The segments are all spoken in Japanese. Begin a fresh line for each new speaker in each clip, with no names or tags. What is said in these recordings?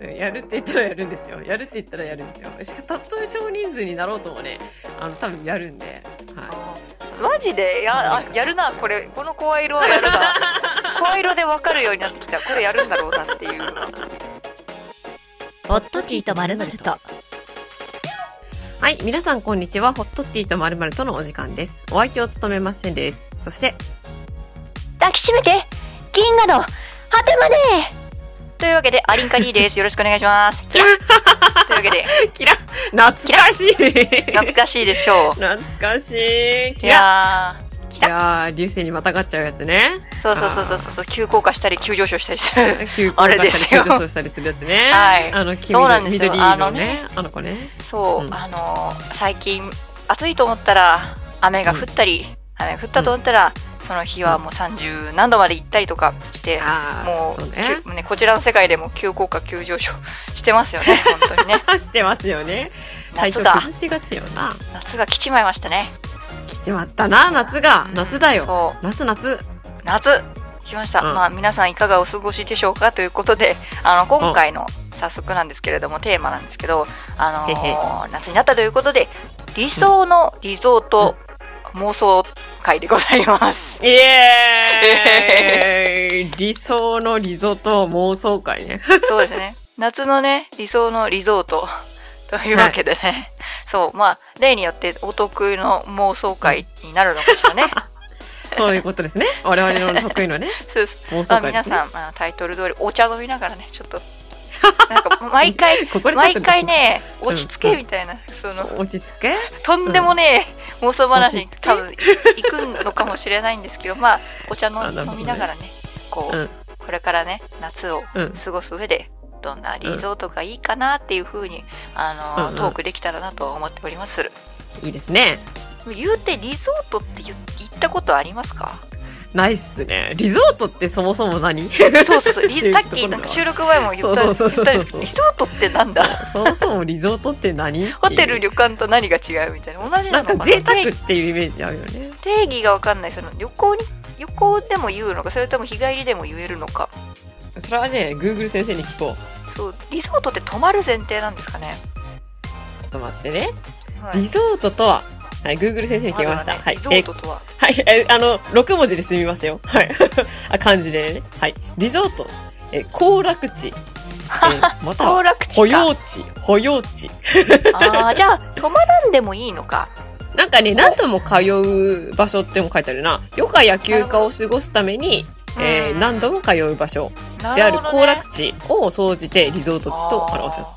うんやるって言ったらやるんですよ。やるって言ったらやるんですよ。しかたとえ少人数になろうともね、あの多分やるんで。は
あーマジでやあやるなこれこの声色はやるな 声色で分かるようになってきたこれやるんだろうなっていうのが
ホットティーとまるまると。
い。はい。皆さんこんにちは。ホットティーとまるまるとのお時間です。お相手を務めませんです。そして、
抱きしめて銀河の果てまで
というわけでアリンカリーですよろしくお願いしますキラというわけで
キラ懐かしい
懐かしいでしょ
懐かしい。
うい
キラ
や
いやー、流星にまたがっちゃうやつね。
ーそうそうそうそうそう急降下したり急上昇したりする
急降
あれ
下
で
し
す
たり、
よ
急上昇したりするやつね。
はい
あの、黄
そうなんですよ
緑の
あの
ね
ね、
あの子ね。
そう、
うん
あのー最近暑いと思ったら雨が降ったり、雨が降ったと思ったら、その日はもう30何度まで行ったりとかして、
あー
もう
そう
きゅ
ね。
もうね、こちらの世界でも急降下、急上昇してます よね、本当にね。
してますよね。体
夏
調
だ、
崩しがちよな。
夏が来ちまいましたね。
来ちまったな、夏が。夏だよ。
そ
夏夏。
う、夏、来ました。
うん
まあ、皆さんいかがお過ごしでしょうかということで、あの今回の早速なんですけれども、テーマなんですけど、あのー
へ
夏になったということで、理想のリゾート妄想会でございます。
イエーイ 理想のリゾート妄想会ね。
そうですね。夏のね、理想のリゾート というわけでね、そう、まあ、例によってお得意の妄想会になるのかし らね。
そういうことですね。我々の得意 のね、
そうそ
妄
うまあ、
想会で
皆
すね。
さん、あのタイトル通りお茶飲みながらね、ちょ っと、なんか毎回、
ここで立ってんで
毎
す
回。ね、
ん
落ち着けみたいな、その、
落ち着け
とんでもねえ妄想話に
落ち着け
多分い行くのかもしれないんですけど、まあ、お茶の
あなるほどね
飲みながらね、こう、
うん
これからね、夏を
うん。
過ごす上でどんなリゾートがいいかなっていうふうに、あの
うんうん
トークできたらなと思っております
いいですね。
言うてリゾートって言言ったことありま すか
ないっすね。リゾートってそもそも何
そうそ うそうリ
っていう
さ
ところが
っきなんか収録前も言った
そ
言
う
っ
そうそうそう
たんですけどリゾートってなんだ
そもそもリゾートって何
ホテル
ってい
旅館と何が違うみたいな同じ
う
な
な
の
んか
かな
贅沢
定
っていうイメージあるよね。
定義がわかんないその旅行に旅行でも言うのかそれとも日帰りでも言えるのか
それはね、Google 先生に聞こ
そうリゾートって泊まる前提なんですかね、
う。ちょっと待ってね。
はい
リゾートとは、はい、Google 先生に聞きました。
だね
はい
リゾ。ートとは、
えはい、え、あの、6文字で済みますよ。はい。 あ、漢字でね。はい。リゾート、え、行楽地、えーまた
行
は、
楽地
保
か
養地、保養地。
あーじゃあ泊まらんでもいいのか
なんかね、何度も通う場所っても書いてあるな。余暇野球家を過ごすために、えー
うん
何度も通う場所
な
であ
る
る
ほどね
行楽地を総じてリゾート地と表します。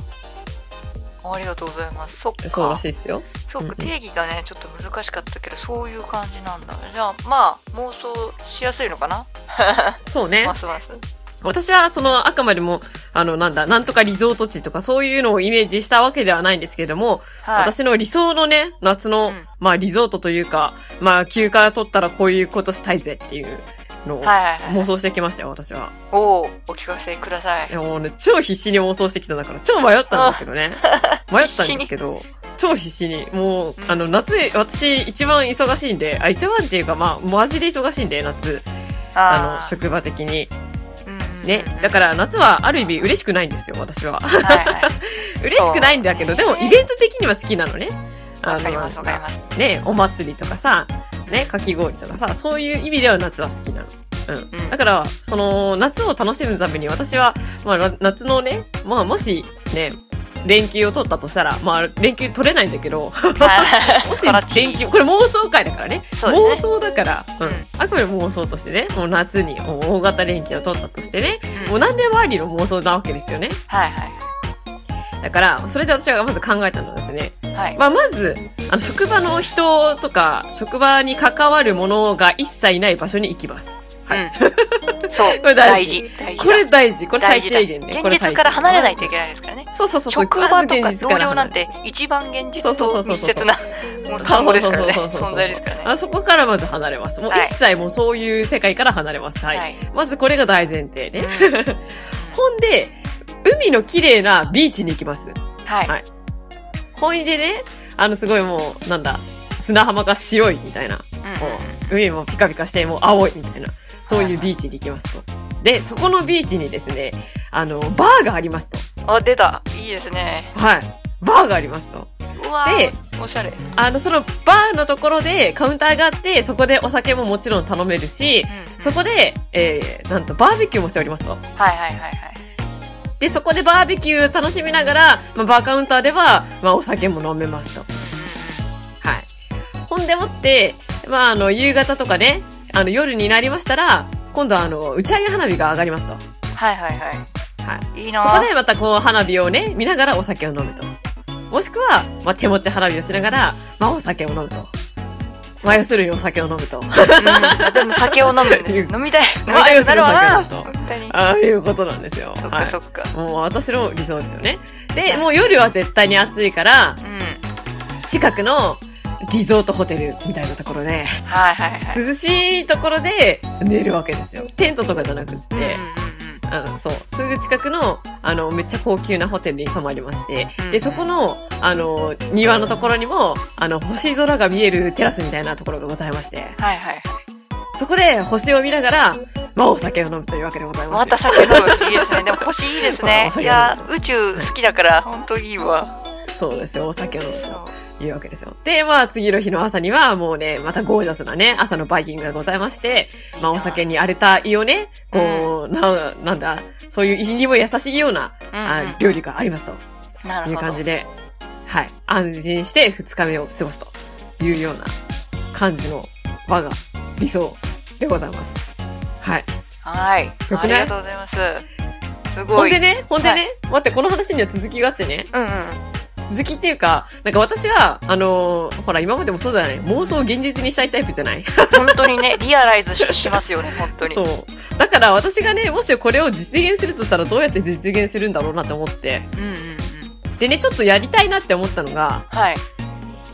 ありがとうございます。そっか。
そうらしいですよ。
そっ
うんう
か
ん
定義がね、ちょっと難しかったけど、そういう感じなんだ。じゃあ、まあ、妄想しやすいのかな
そうね
ま。すます。
私はそのあくまでも、あのなんだ、なんとかリゾート地とかそういうのをイメージしたわけではないんですけれども、
はい。
私の理想のね、夏の、
うん
まあリゾートというか、まあ休暇取ったらこういうことしたいぜっていうのを
はいはいはい。
妄想してきましたよ、私は。
おーお聞かせくださ
い
い。
やもうね、超必死に妄想してきたんだから、超迷ったんですけどね。 迷ったんですけど、超必死に。もう、
うん
あの、夏、私一番忙しいんで、あ、一番っていうかまあ、マジで忙しいんで、夏。あの、
ー
職場的に。
うんうんうん
ね。だから夏はある意味嬉しくないんですよ、私は。
はいはい。
嬉しくないんだけど、
そ
で
うね
もイベント的には好きなのね。
わかります、わかります。
す。ね、お祭りとかさ、ね、かき氷とかさ、そういう意味では夏は好きなの。うん。
うん
だから、その、夏を楽しむために私は、まあ、ら夏のね、まあ、もし、ね、連休を取ったとしたら、まあ、連休取れないんだけ ど、
はい
もし
そらち
連休、これ妄想会だからね。
そう
妄
ですね。
想だから、うん
うん。
あくまで妄想としてね、もう夏に大型連休を取ったとしてね、
うん
もう何でもありの妄想なわけですよね。
はいは
だから、それで私がまず考えたのはですね、
い。はい。
まあ、まず、あの、職場の人とか、職場に関わるものが一切いない場所に行きます。はい
うんそう、
これ大
大
事
事。大事だ。
これ大事。これ最
大事だ
低限ね。こ
現
れ最
実
低
から離れないといけないですからね。
そうそうそうそう。
職場と
ま
か
ず現実
同
ら
僚な
離
ん
れい。
て一番現
そう
実
そう
と
そう
密
そう
接なもう単語ですからね
そうそうそうそう
存在ですからね
あそこからまず離れます。もう
はい
一切もうそういう世界から離れます。はい。
はい
まずこれが大前提ね。
う
ほんで、海の綺麗なビーチに行きます。
んはい
はいほいでね、あのすごいもう、なんだ、砂浜が白いみたいな。
うん
もう海もピカピカして、もう青いみたいな、そういうビーチに行きますと。で、そこのビーチにですね、あの、バーがありますと。
あ、出た。いいですね。
はい。バーがありますと。
うわ
で
ーおしゃれ。
あの、そのバーのところでカウンターがあって、そこでお酒ももちろん頼めるし、
うん
そこで、えー、なんとバーベキューもしておりますと。
はいはいはいはい。
で、そこでバーベキュー楽しみながら、まあ、バーカウンターでは、まあ、お酒も飲めますと。はい。ほんでもって、まあ、あの、夕方とかね、あの、夜になりましたら、今度はあの、打ち上げ花火が上がりますと。
はいはいはい。
はい。
いいな
そこでまたこう、花火をね、見ながらお酒を飲むと。もしくは、まあ、手持ち花火をしながら、まあ、お酒を飲むと。まあ、要するにお酒を飲むと。
うんでも酒を飲むんですよ飲みたい飲みたくなるわな本当に
ああいうことなんですよ。
そっ
は
か
い
そっか、
もう私の理想ですよね。で、もう夜は絶対に暑いから、
うん
近くのリゾートホテルみたいなところで、
はいはいはい
涼しいところで寝るわけですよ。テントとかじゃなくっ
うんうんうん
て、あの、そう、すぐ近くの、あの、めっちゃ高級なホテルに泊まりまして
うん、
で、そこの、あの、庭のところにも、あの、星空が見えるテラスみたいなところがございまして、
はいはいはい
そこで星を見ながら、まあ、お酒を飲むというわけでございますよ。
また酒飲むいいですねでも星いいですね
お酒飲
い
む
や宇宙好きだから本当にいいわ
そうですよ、お酒を飲む
そ
と
う。
いうわけですよ。で、まあ、次の日の朝には、もうね、またゴージャスなね、朝のバイキングがございまして、まあ、お酒に荒れた胃をね、こう、な、なんだ、そういう胃にも優しいような、
うんうん
あ料理があります
な
と
る
いう
ほ
感
ど
じで、はい。安心して2日目を過ごすというような感じの我が理想でございます。はい。
はい
くな
あ
い
りがとうございますす
ほ
ご
ん
い
でね、ほんでね、待って、この話には続きがあってね、
うんうん
続きっていうか、なんか私は、あのーほら、今までもそうじゃない妄想を現実にしたいタイプじゃない
本当にねリアライズししますよね本当に
そうう。だから私がね、もしこれを実現するとしたらどうやって実現するんだろうなって思って。
んうんうん
でね、ちょっとやりたいなって思ったのが、
はい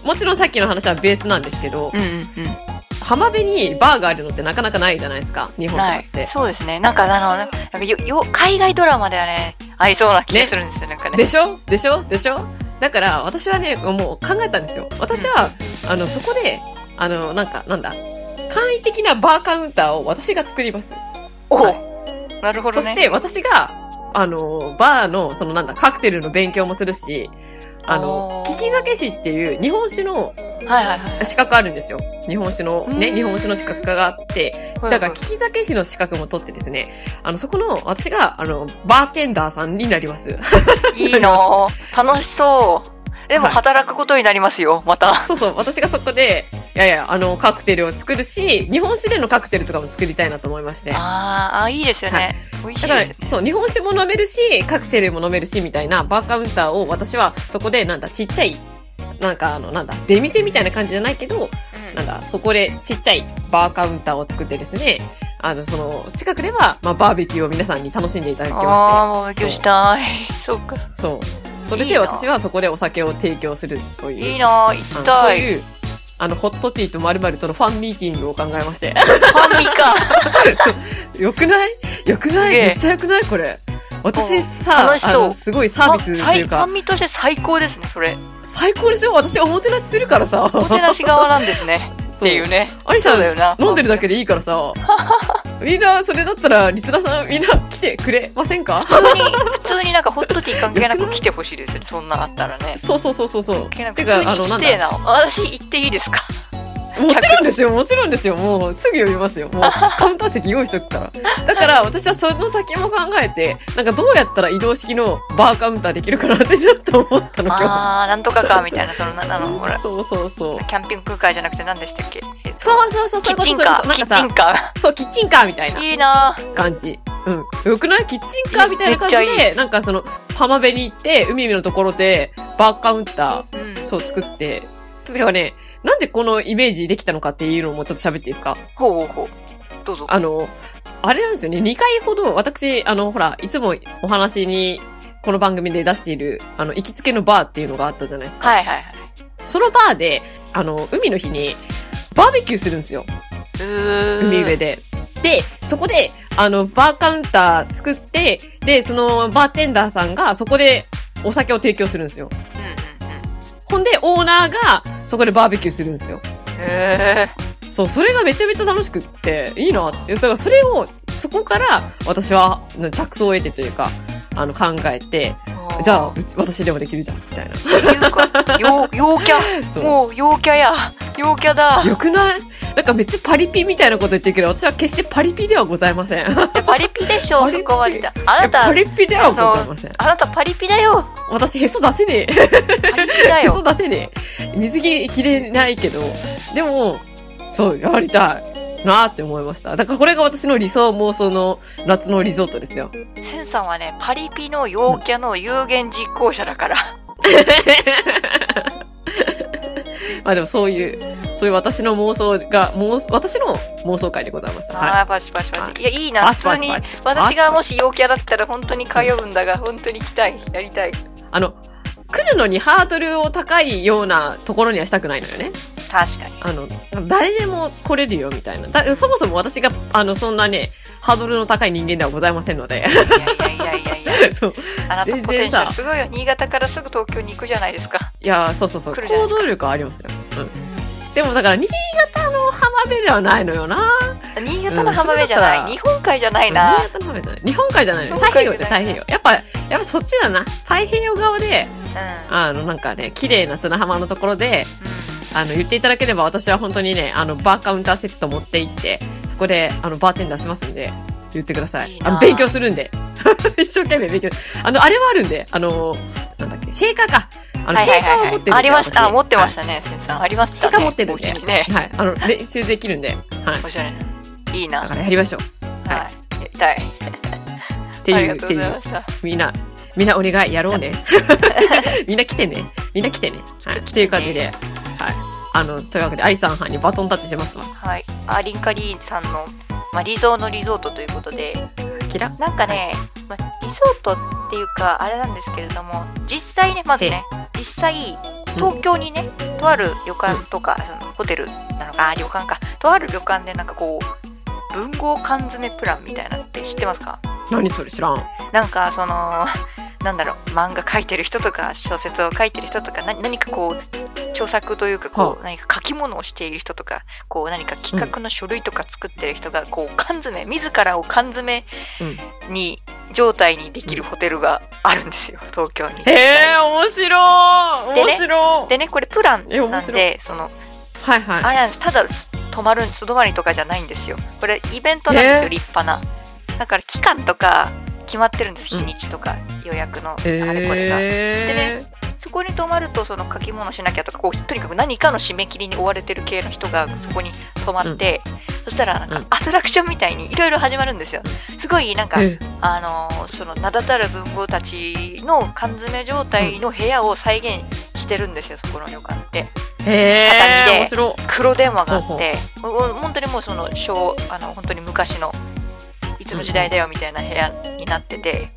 もちろんさっきの話はベースなんですけど
う、んうんうん
浜辺にバーがあるのってなかなかないじゃないですか、日本と
な
か
い
って。
そうですねなんかあのなんかよよ海外ドラマではねありそうな気がするんですよ、なんかね
でしょでしょでしょだから私はね、もう考えたんですよ。私は、あの、そこで、あの、なんか、なんだ、簡易的なバーカウンターを私が作ります。
お
は
なるほど
そ
ね。
して私が、あの、バーの、そのなんだ、カクテルの勉強もするし、あの
お、ー
聞き酒師っていう日本酒の
はいはいはい。
資格あるんですよ。日本酒の、
う
ね、
ん
日本酒の資格があって、だから
はい
聞き酒師の資格も取ってですね、あの、そこの、私が、あの、バーテンダーさんになります。
はいいいの楽しそう。でも
はい
働くことになりますよ、また。
そうそう、私がそこで、いやいや、あの、カクテルを作るし、日本酒でのカクテルとかも作りたいなと思いまして。
あーあ、いいですよね。美味しい
だか
で
ら
すね。、
そう、日本酒も飲めるし、カクテルも飲めるし、みたいなバーカウンターを私はそこで、なんだ、ちっちゃい、なんかあの、なんだ、出店みたいな感じじゃないけど、
うん
なんだ、そこでちっちゃいバーカウンターを作ってですね、あの、その、近くでは、まあ、バーベキューを皆さんに楽しんでいただき
あ
ま
あ、もう勉強したい。そうか。
して、そう。それ
いい
で
な
私はそこでお酒を提供するという。
いいな行
あ
き
の
た
そう
い。
いう、あの、ホットティーと〇〇とのファンミーティングを考えま して。
ファンミか。
よくないよくない
すげえ
めっちゃよくないこれ。
うん
私さ、
楽しそう
あのすごい サービスっていう
ファ
か
ン、ミとして最高ですね、それ。
最高でしょ私おもてなしするからさ。
おもてなし側なんですね。っ
そ
ていうね。
アリ
そ
さ
うんだよな。
飲んでるだけでいいからさ。 みんな、それだったら、リスナーさん、みんな来てくれません か
普通に、普通になんかホットティー関係なく来てほしいですよね、そんなあったらね。
そうそうそうそうそう。
関係なく
て
普通
か、あ
に
の、な
来
ん
てえ
だ。
な。私行っていいで すか
もちろんですよ、もちろんですよ。もう、すぐ呼びますよ。 もう、カウンター席用意しとくから。だから、私はその先も考えて、なんかどうやったら移動式のバーカウンターできるかなってちょっと思ったの、今
あー、なんとかか、みたいな、その、なあの、ほら
日。、そうそうそう。
キャンピングカーじゃなくて何でしたっけえっと
そうそうそう、そう
キ
いう
ッ
こと、そういう
チン
こ
カ
と。
ー、
なん
キ
か
ッチン
さ、
カ
そう、キッチンカーみたいな
ー。いいなぁ
感じ。うん。よくないキッチンカーみたいな感じ
めっちゃ
で、なんかその、浜辺に行って、海のところで、バーカウンタ
うん
ー、そう、作って。てかね、なんでこのイメージできたのかっていうのもちょっと喋っていいですか
ほうほうほう。どうぞ。
あの、あれなんですよね、2回ほど、私、あの、ほら、いつもお話に、この番組で出している、あの、行きつけのバーっていうのがあったじゃないですか。
はいはいはい。
そのバーで、あの、海の日に、バーベキューするんですよ。
うーん
海上で。で、そこで、あの、バーカウンター作って、で、そのバーテンダーさんがそこでお酒を提供するんですよ。
うんうんうん。
ほんで、オーナーがそこでバーベキューするんですよ。
へ
そう、それがめちゃめちゃ楽しくって、いいなって。だからそれを、そこから私は着想を得てというか、あの、考えて、
ー
じゃあ、うち私でもできるじゃん、みたいな。
あよ 陽キャ
そう。
もう陽キャや陽キャだ
よくないなんかめっちゃパリピみたいなこと言ってるけど、私は決してパリピではございません。
いやパリピでしょ
パリ
そ
ピ
こはだあな た
パリピではございません。
あなたパリピだよ
私、へそ出せねえ。
パリピだ
へそ
よ
出せねえ。水着着れないけど、でも、そう、やりたいなって思いました。だからこれが私の理想妄想の夏のリゾートですよ。
センさんはねパリピの陽キャの有言実行者だから
まあでもそういう、そういう私の妄想が、妄想私の妄想会でございました。はい。
ああーパチパチパチいやいいな
パ
普
チパ
通
チ
に
パチ
私がもし陽キャだったら本当に通うんだが本当に行きたいやりたい
あの、来るのにハードルを高いようなところにはしたくないのよね。
確かに
あの、誰でも来れるよみたいな。だそもそも私が、あの、そんなね、ハードルの高い人間ではございませんの で。
いやいやいやいやいや
そう。
あなた
全然
ポテンシャル
さ
すごいよ新潟からすぐ東京に行くじゃないですか
いやー、そうそうそう。
来るじゃな
行
いですか
動力はありますよ。うん。でもだから、新潟の浜辺ではないのよな。
新潟の浜辺じゃな
うん
い日本海じゃないな
新潟の浜辺じゃない。日本海じゃないのよ。
日本
太平
海じ
洋
ゃ
っ
ない
て太平洋。やっぱ、やっぱそっちだな。太平洋側で、
う
あの、なんかね、綺麗な砂浜のところで、あの、言っていただければ私は本当にね、あの、バーカウンターセット持って行って、そこで、あの、バーテン出しますんで、言ってください。
いいな
あの、勉強するんで。 一生懸命勉強。あの、あれはあるんで、あの、なんだっけ、シェーカーか。あの、
んはい
シ
は
ェ
い
ーカー
は
を
い
持ってる
はい
んで
ありました
私
持ってましたね先生さんありました
シェーカー持ってるん
お
で。
家にね
はい。あの、練習できるんで。はい。
おしゃれないいな
だか
は
らやりましょう。
いやりたい
って
あ
いう、
りが
っ
とう
て
ご
い
ざいうま。した
みんな、みんなお願い、やろうね。 みんな来てね。みんな来てね。はい。っていう感じで。はい。あの、というわけで、アリさん班にバトンタッチしますわ。
はいあリンカリーンさんのまあ理想のリゾートということで
キラ
なんかね、まあ、リゾートっていうかあれなんですけれども実際ねまずね実際東京にね、とある旅館とか、そのホテルなのかあ旅館かとある旅館でなんかこう文豪缶詰プランみたいなのって知ってますか
何それ知らん。
なんかそのなんだろう漫画描いてる人とか小説を書いてる人とかな何かこう著作というかこ
は
う何か書き物をしている人とかこう何か企画の書類とか作ってる人がこう缶詰自らを缶詰に状態にできるホテルがあるんですよ東京に。
へえ、面白い
で
面
ね
白い、
でねこれプラン
え面
なん
白
でその
はいはい。
あれなんですただ泊まる素泊まりとかじゃないんですよこれイベントなんですよ、
えー
立派なだから期間とか決まってるんです
うん
日にちとか、予約のあ
へ
れこれが、で
え
ねそこに泊まるとその書き物しなきゃとかこうとにかく何かの締め切りに追われてる系の人がそこに泊まって、そしたらなん
う
か
ん
アトラクションみたいにいろいろ始まるんですよすごいなんか、
え
あのーその名だたる文豪たちの缶詰状態の部屋を再現してるんですよそこの旅館って
へえ
畳で
面白
黒電話があっておお本当にもうその小あの本当に昔のいつの時代だよみたいな部屋になってて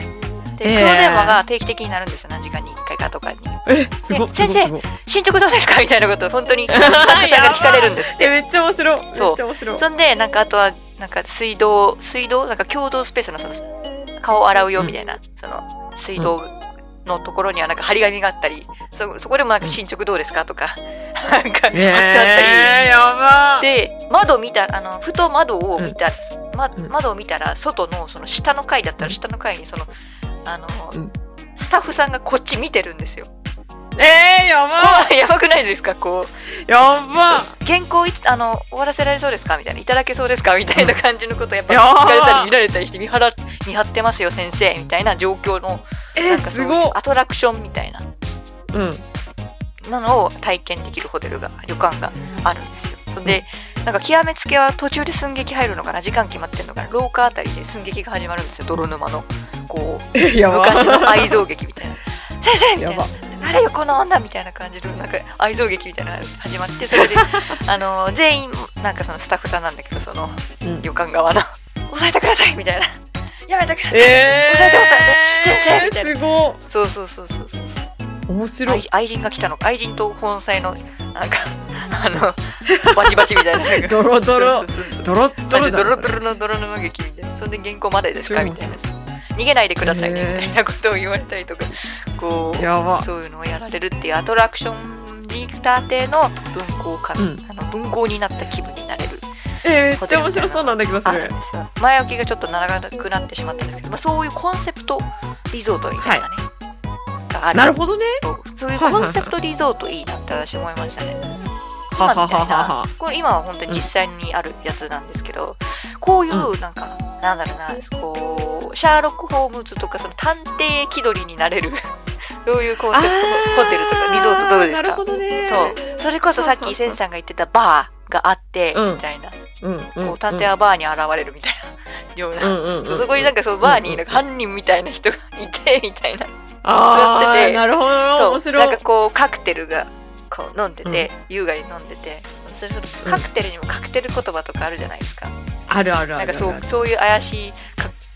で
えー
黒電話が定期的になるんですよ何時間に1回かとかに
い。え、すごい。
です
ごい
先生
すごい
「進捗どうですか?」み たいなことを本当に患者さんが聞かれるんです
え、めっちゃ面白い。めっち
そう
ゃ面白い。
そんでなんかあとはなんか水道水道なんか共同スペースのその顔を洗うよみたいな、その水道のところにはなんか張り紙があったりそそこでもなんか進捗どうですかとか なんか貼って
え
あったり。
えやばい。
で窓見たあのふと窓を見た、ま、窓を見たら外のその下の階だったら下の階にそのあの、
うん
スタッフさんがこっち見てるんですよ。
ええやば
あやばくないですかこう
い。やばい。
原稿いつあの終わらせられそうですかみたいないただけそうですかみたいな感じのことやっぱ
い
聞
やー
かれたり見られたりして見張ら見張ってますよ先生みたいな状況の
え
なんか
す
そう
ご
い。
いう
アトラクションみたいな
うん。
なのを体験できるホテルが旅館があるんですよそんでなんか極めつけは途中で寸劇入るのかな時間決まってるのかな廊下あたりで寸劇が始まるんですよ泥沼のこう
えやばい。
昔の愛憎劇みたいな「先生!」みた
や
い
ば
な。「誰よこの女!」みたいな感じのなんか愛憎劇みたいなのが始まってそれ であの全員なんかそのスタッフさんなんだけどその
うん
旅館側の「抑えてください!」みたいな「やめてください!」
え
教えて教えて
えすご
そうそうそうそうそう
い。面白
愛
い。
愛人が来たのか愛人と本妻のなんかあのバチバチみたいななん か
ドロドロ
そう。そうそう
ドロッドロだ
ドロドロの泥沼劇みたいなそんで原稿までですかみたいな逃げないでくださいね
へー
みたいなことを言われたりとかこう
やば。
そういうのをやられるっていうアトラクションリーター邸の文豪か、
うん
あの文豪になった気分になれる
えめっちゃ面白そうなんだけど、そ
ある
れ。
んですよ前置きがちょっと長くなってしまったんですけど、まあ、そういうコンセプトリゾートみたいなね、がある
なるほどね。
そういうコンセプトリゾートいいなって私思いましたね。
ははははは。
これ今は本当に実際にあるやつなんですけど、こういうなんか、なんだろうな、こう、シャーロック・ホームズとか、その探偵気取りになれる、 そういうコンセプトのホテルとかリゾートどうです
あーなるほ
か
どね。
そう。それこそさっきセンさんが言ってたバーがあって、
うん
みたいな、
う。うん、うん。
こう探偵はバーに現れるみたいな、よう
う
な。
んうんうん、
そうそこになんかそのバーになんか犯人みたいな人がいて、みたいな。
あ
座って
ー
て
なるほど。
そ
面
う。
白。
ないんかこう、カクテルが、こう飲んでて、優雅に飲んでて、それそのカクテルにもカクテル言葉とかあるじゃないですか。
あるあるあ
なん
る
か
あ
そ
る
うそういう怪しい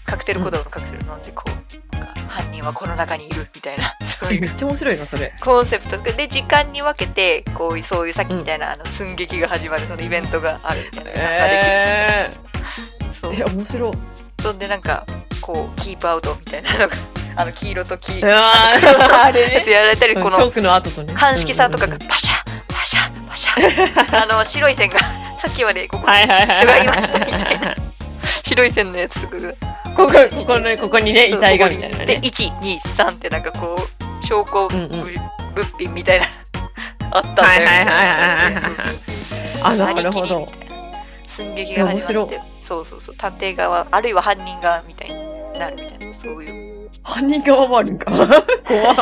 カカクテル言葉のカクテル飲んでこう、なんか犯人はこの中にいるみた いなそう
え
い
め
う
っちゃ面白いな、それ。
コンセプトで時間に分けてこういうそういうさっきみたいな、あの寸劇が始まるそのイベントがあるみたいな、
え
参加できる
ー、え、面白い。
そうそんでなんかこうキープアウトみたいなのがあの黄色と黄
う
色
わーあれ
や
ね
つ。 やられたり
うん
こ
チョー
の
クの後とね。
鑑識さんとかが
う
パシャパシャパシャ あの白い線が さっきまでここ
うはいはいはい。
人がいましたみたいな白い線のやつとかが
ここ、ここの、ここにね、遺体がみたいな
で
ね。
123ってなんかこう証拠
うんうん
物品みたいな あったんだよみたい
はいはいはいはいはい
なそうそう
あ、なるほ
そうなり
ど
き。りみたいな寸劇が始まっ
い
てそうそうそう探偵側あるいは犯人側みたいになるみたいなそういう
犯人側もあるん か。怖っ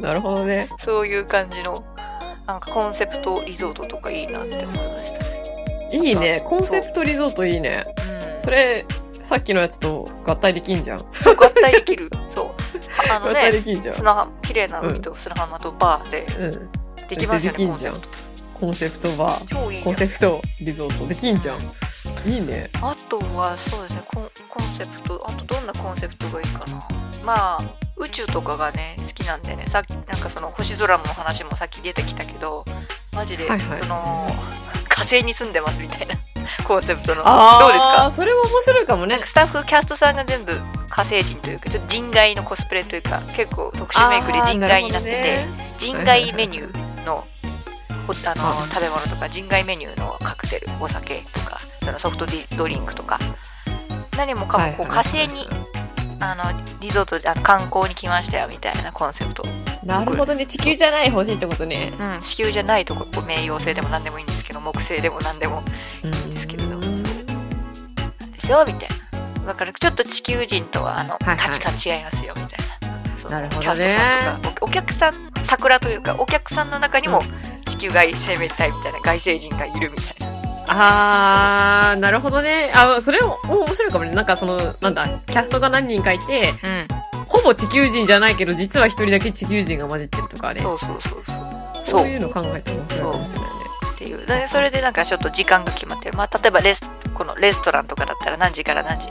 なるほどね。
そういう感じのなんかコンセプトリゾートとかいいなって思いましたね
いいね。コンセプトリゾートいいね。
うん
それ、さっきのやつと合体できんじゃん。
そう合体できるそうあ
合
の
体で
ね
きんじゃん。
砂浜綺麗な海と砂浜とバーで
うん。
できますよ
でき
ね
ん
コン
じ
セ
ゃん
プト
コンセプトバー、
超いいじゃん
コンセプトリゾートできんじゃん。いいね。
あとはそうですねコンコンセプトあとどんなコンセプトがいいかなまあ宇宙とかがね好きなんでねさっきなんかその星空の話もさっき出てきたけどマジで、
はいはい
その火星に住んでますみたいな コンセプトのど
ああ、
うですか
それも面白いかもね。
スタッフキャストさんが全部火星人というかちょっと人外のコスプレというか結構特殊メイクで人外になってて、人外メニューのほあの食べ物とか人外メニューのカクテルお酒とかそのソフトディドリンクとか何もかもこう火星にあのリゾートあの観光に来ましたよみたいなコンセプト、う
なるほどね。地球じゃない星ってことね。
ん、地球じゃないとここう冥王星でも何でもいいんですけど木星でも何でも
うん
ですけれどなんですよみたいなだからちょっと地球人とはあの、
いはい
価値観違いますよみたいなそう
なるほどね
キャストさんとかおお客さん桜というかお客さんの中にも地球外生命体みたいな外星人がいるみたいな。
ああ、なるほどね。あ、それも面白いかもね。なんかその、なんだ、キャストが何人かいて、
うん、
ほぼ地球人じゃないけど、実は一人だけ地球人が混じってるとかね。
そうそうそうそう
そういうの考えて面白いかもしれないね。
っていうでそれでなんかちょっと時間が決まってる、まあ、例えばレスこのレストランとかだったら何時から何時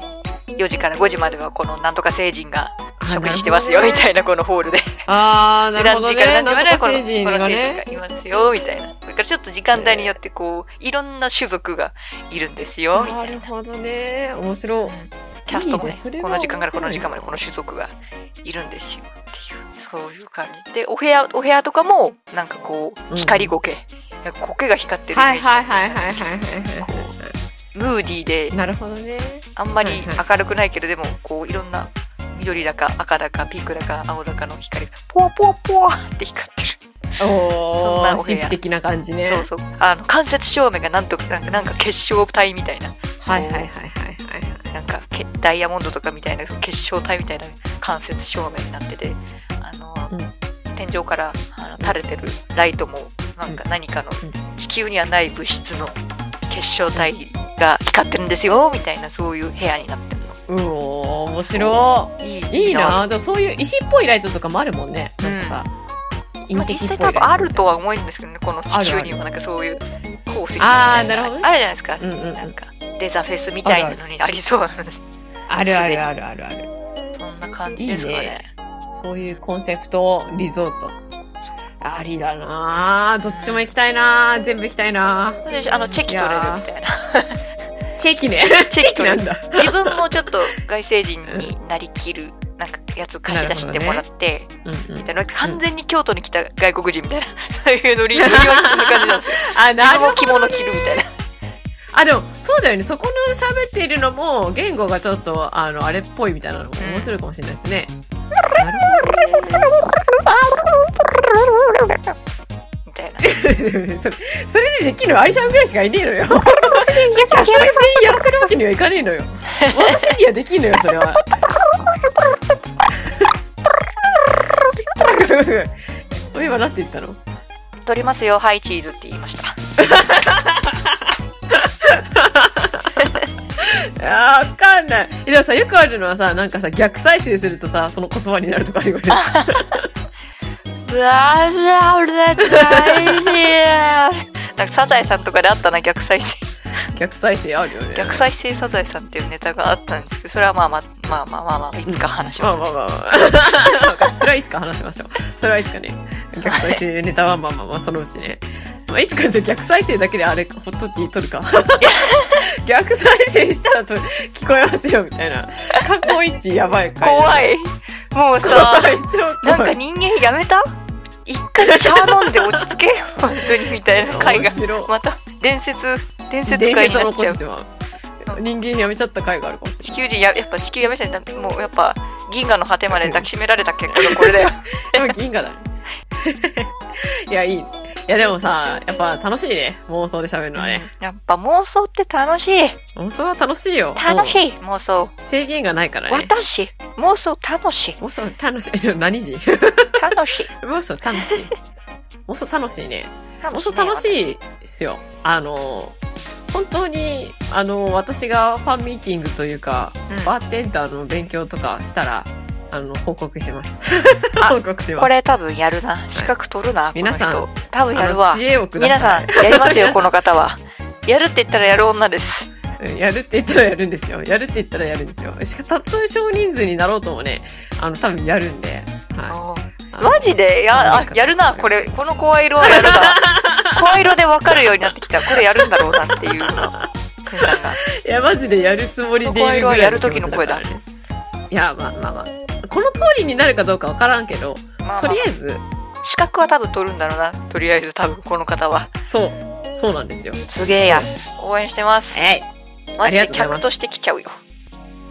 4時から5時まではこのなんとか成人が食事してますよみたいなこのホールで
あー
で
なるほどね。
何時から
なん
何
とか
時まで
成人が
はこのこの成
ね。
人がいますよみたいなだからちょっと時間帯によってこういろんな種族がいるんですよみた
ないる
な
ほどね。面白い。
キャスト
い
も
い
ね
ねそれは
この時間からこの時間までこの種族がいるんですよっていうそういう感じでお部屋お部屋とかもなんかこ
う
うん光苔、なんか苔が光ってるイメー
は
ジ
いはいはいはいはいはいは
ムーディーで
い。なるほどね。
あんまり
はいはい
明るくないけれどでもこういろんな緑だか赤だかピンクだか青だかの光がポワポワポワって光って
お
んなお部屋
ー、神秘的な感じ
る、
ね。
そうそうあの間接照明がなんとかなんかなんか結晶体みたいな
はいはいはいはいはいはい。
なんかけダイヤモンドとかみたいな結晶体みたいな間接照明になっててあの、天井からあの垂れてるライトもなんか何かの
ん
地球にはない物質の結晶体が光ってるんですよみたいなそういう部屋になってるの
うおー、面白
い
い。
い
いいなでもそういう石っぽいライトとかもあるもんね。なんかさ、
まあ、
隕
実
石っぽ
際
いライト。
多分あるとは思うんですけどねこの地
ある
球
ある
にもなんかそういう鉱石みた
あ
い
ーなるほどね
あるじゃないですか、
うんうんうん
なんかデザフェスみたいなのにありそうなので
あるあるあるあるある。
そんな感じですか
いい
ね
ねそういうコンセプト、リゾート。ありだなどっちも行きたいな全部行きたいな
であのチェキ取れるみたいな
チェキね。
チ
チェ
ェキ
キ
な
なんんだ。
自分もちょっと外星人になりきるなんかやつ貸し出してもらって、
うんうん
みたいな完全に京都に来た外国人み たいな、そういうノリノリはそんな感じなんですよ
あ、なる
自分も 着物着るみたいな
あ、でも、そうだよね。そこの喋っているのも、言語がちょっと、あの、あれっぽいみたいなのも面白いかもしれないですね。なるほどね
みたい な。
それそれでできるのアリちゃんぐらいしかいねえの よ。キャスター全員やらせるわけにはいかねえのよ。私にはできんのよ、それは。 今なんて言ったの
取りますよ、はい、チーズって言いました。
あーわかんない。でもさ、よくあるのはさ、なんかさ、逆再生するとさ、その言葉になるとかあるよね。
うわー、うわー、うわー、大変なんかサザエさんとかであったな、逆再生。
逆再生あるよね。
逆再生サザエさんっていうネタがあったんですけど、それはまあまあまあまあまあ、まあ、いつか話し
ま
ま
あ
すね
まあまあまあ。それはいつか話しましょう。それはいつかね。逆再生ネタはまあまあまあ、そのうちね。まあ、いつかじゃあ逆再生だけであれ、ホットティー取るか。逆再生したらと聞こえますよ、みたいな。過去一やばい回。
怖い。もうさ、
怖い。超怖。
ないんか人間やめた一回茶飲んで落ち着け本当にみたいな回 が
面白い
また伝説伝説
伝
回に
説を
な
残
っちゃう
しては人間やめちゃった回があるかもしれない
地。球人ややっぱ地球やめちゃダメもうやっぱ銀河の果てまで抱きしめられた結果が これだよ
でも銀河だね。いや、いい。いや、でもさ、やっぱ楽しいね。妄想で喋るのはね。
やっぱ妄想って楽しい
妄想は楽しいよ。
楽し
い。
い妄想
制限がないからね。
私妄想楽しい
妄想楽しい。 ちょ何時
楽しい
妄想楽しい。妄想楽しいね。 妄
楽
想楽しい
ね
ですよ。あの、本当に、あの、私がファンミーティングというか、
私うん
バーテンダーの勉強とかしたら、あの、報告します。
あ
報告します。
これ多分やるな資格取るなこの
皆さん
人多分やる
あ
わ
の知恵をくだ
皆
さ
さ
い。
んやりま すよこの方はやるって言ったらやる女です
うんやるって言ったらやるんですよ。やるって言ったらやるんですよ。しかたとえ少人数になろうともね、あの、多分やるんで。は
おー
い。あの
マジでや
なん
あ
か
やるなこれこの声色はやるな声色で分かるようになってきたこれやるんだろうなっていうのがせんさんが
いや、マジでやるつもりでいるぐらいの気持ちからね。いや、まあまあまあ。この通りになるかどうかわからんけど、
まあ
と
ま
りあえず、
あ、資格は多分取るんだろうなとりあえず多分この方は
そう、そうなんですよ。
すげえや応援してます
えい。
マジ
あ
で
りがとうございます
客として来ちゃうよ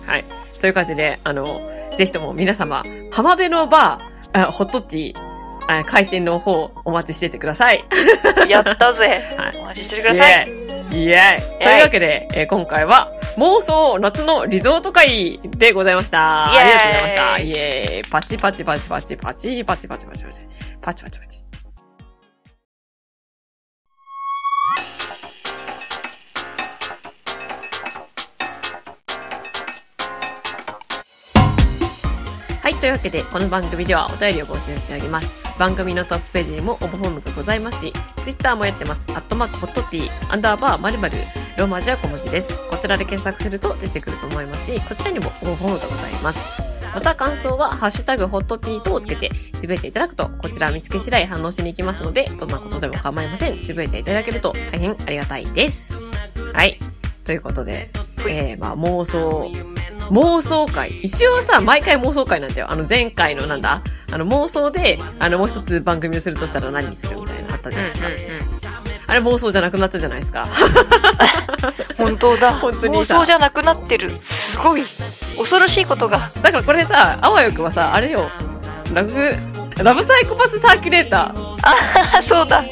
はい。という感じで、あの、ぜひとも皆様、浜辺のバー、あホットティー、あ開店の方、お待ちしててください。
やったぜ
はい
お待ちしててくださ
イ
い
エーイイエーイというわけで、えー今回は妄想夏のリゾート会でございました。
イエーイ
ありがとうございました。イエーイパチパチパチパチパチパチパチパチパチパチパチパチ。はい、というわけで、この番組ではお便りを募集しております。番組のトップページにも応募フォームがございますし、ツイッターもやってます。アットマークホットティー、アンダーバーまるまるローマ字は小文字です。こちらで検索すると出てくると思いますし、こちらにも応募フォームがございます。また感想は、ハッシュタグホットティーとをつけて、つぶやいていただくと、こちら見つけ次第反応しに行きますので、どんなことでも構いません。つぶやいていただけると大変ありがたいです。はい。ということで、
ほい
えー、まあ妄想、妄想会。一応さ、毎回妄想会なんだよ。あの前回のなんだあの妄想で、あのもう一つ番組をするとしたら何にするみたいなのあったじゃないですか。あれ妄想じゃなくなったじゃないですか。
本当だ
本当に
妄
さ
想じゃなくなってるすごい恐ろしいことが
だからこれさ、あわよくはさ、あれよ、ラブ、ラブサイコパスサーキュレーター。
あそうだ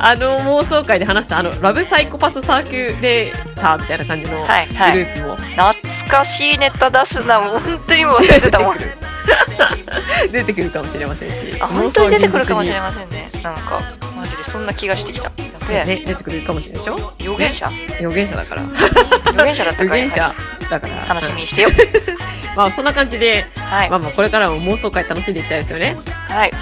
あの妄想会で話したあの、ラブサイコパスサーキュレーターみたいな感じのグル
はいはい
ープも
懐かしいネタ出すなもう本当にもう忘れてたもん
出てくるかもしれませんし。
あ本当に出てくるかもしれ
い。
ませんねなんかマジでそんな気がしてきたやべえ、
ね、出てくるかもしれないでしょ
予言者
予言者だから。
予言者だったか
予
ら
言
は
者だから。
い楽しみにしてよ
まあそんな感じで、
はい
まあまあこれからも妄想会楽しんでいきたいですよね。
はい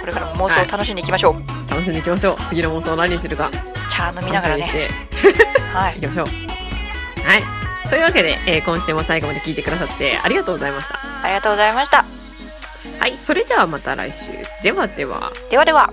これからも妄想を楽しんでいきましょう、
楽しんでいきましょう。次の妄想を何にするか
茶飲みな
楽し
が
み
ら
にし
ね
て
はい
いきましょう。はい。というわけで、えー今週も最後まで聞いてくださってありがとうございました。
ありがとうございました
はい。それではまた来週。ではでは。
ではでは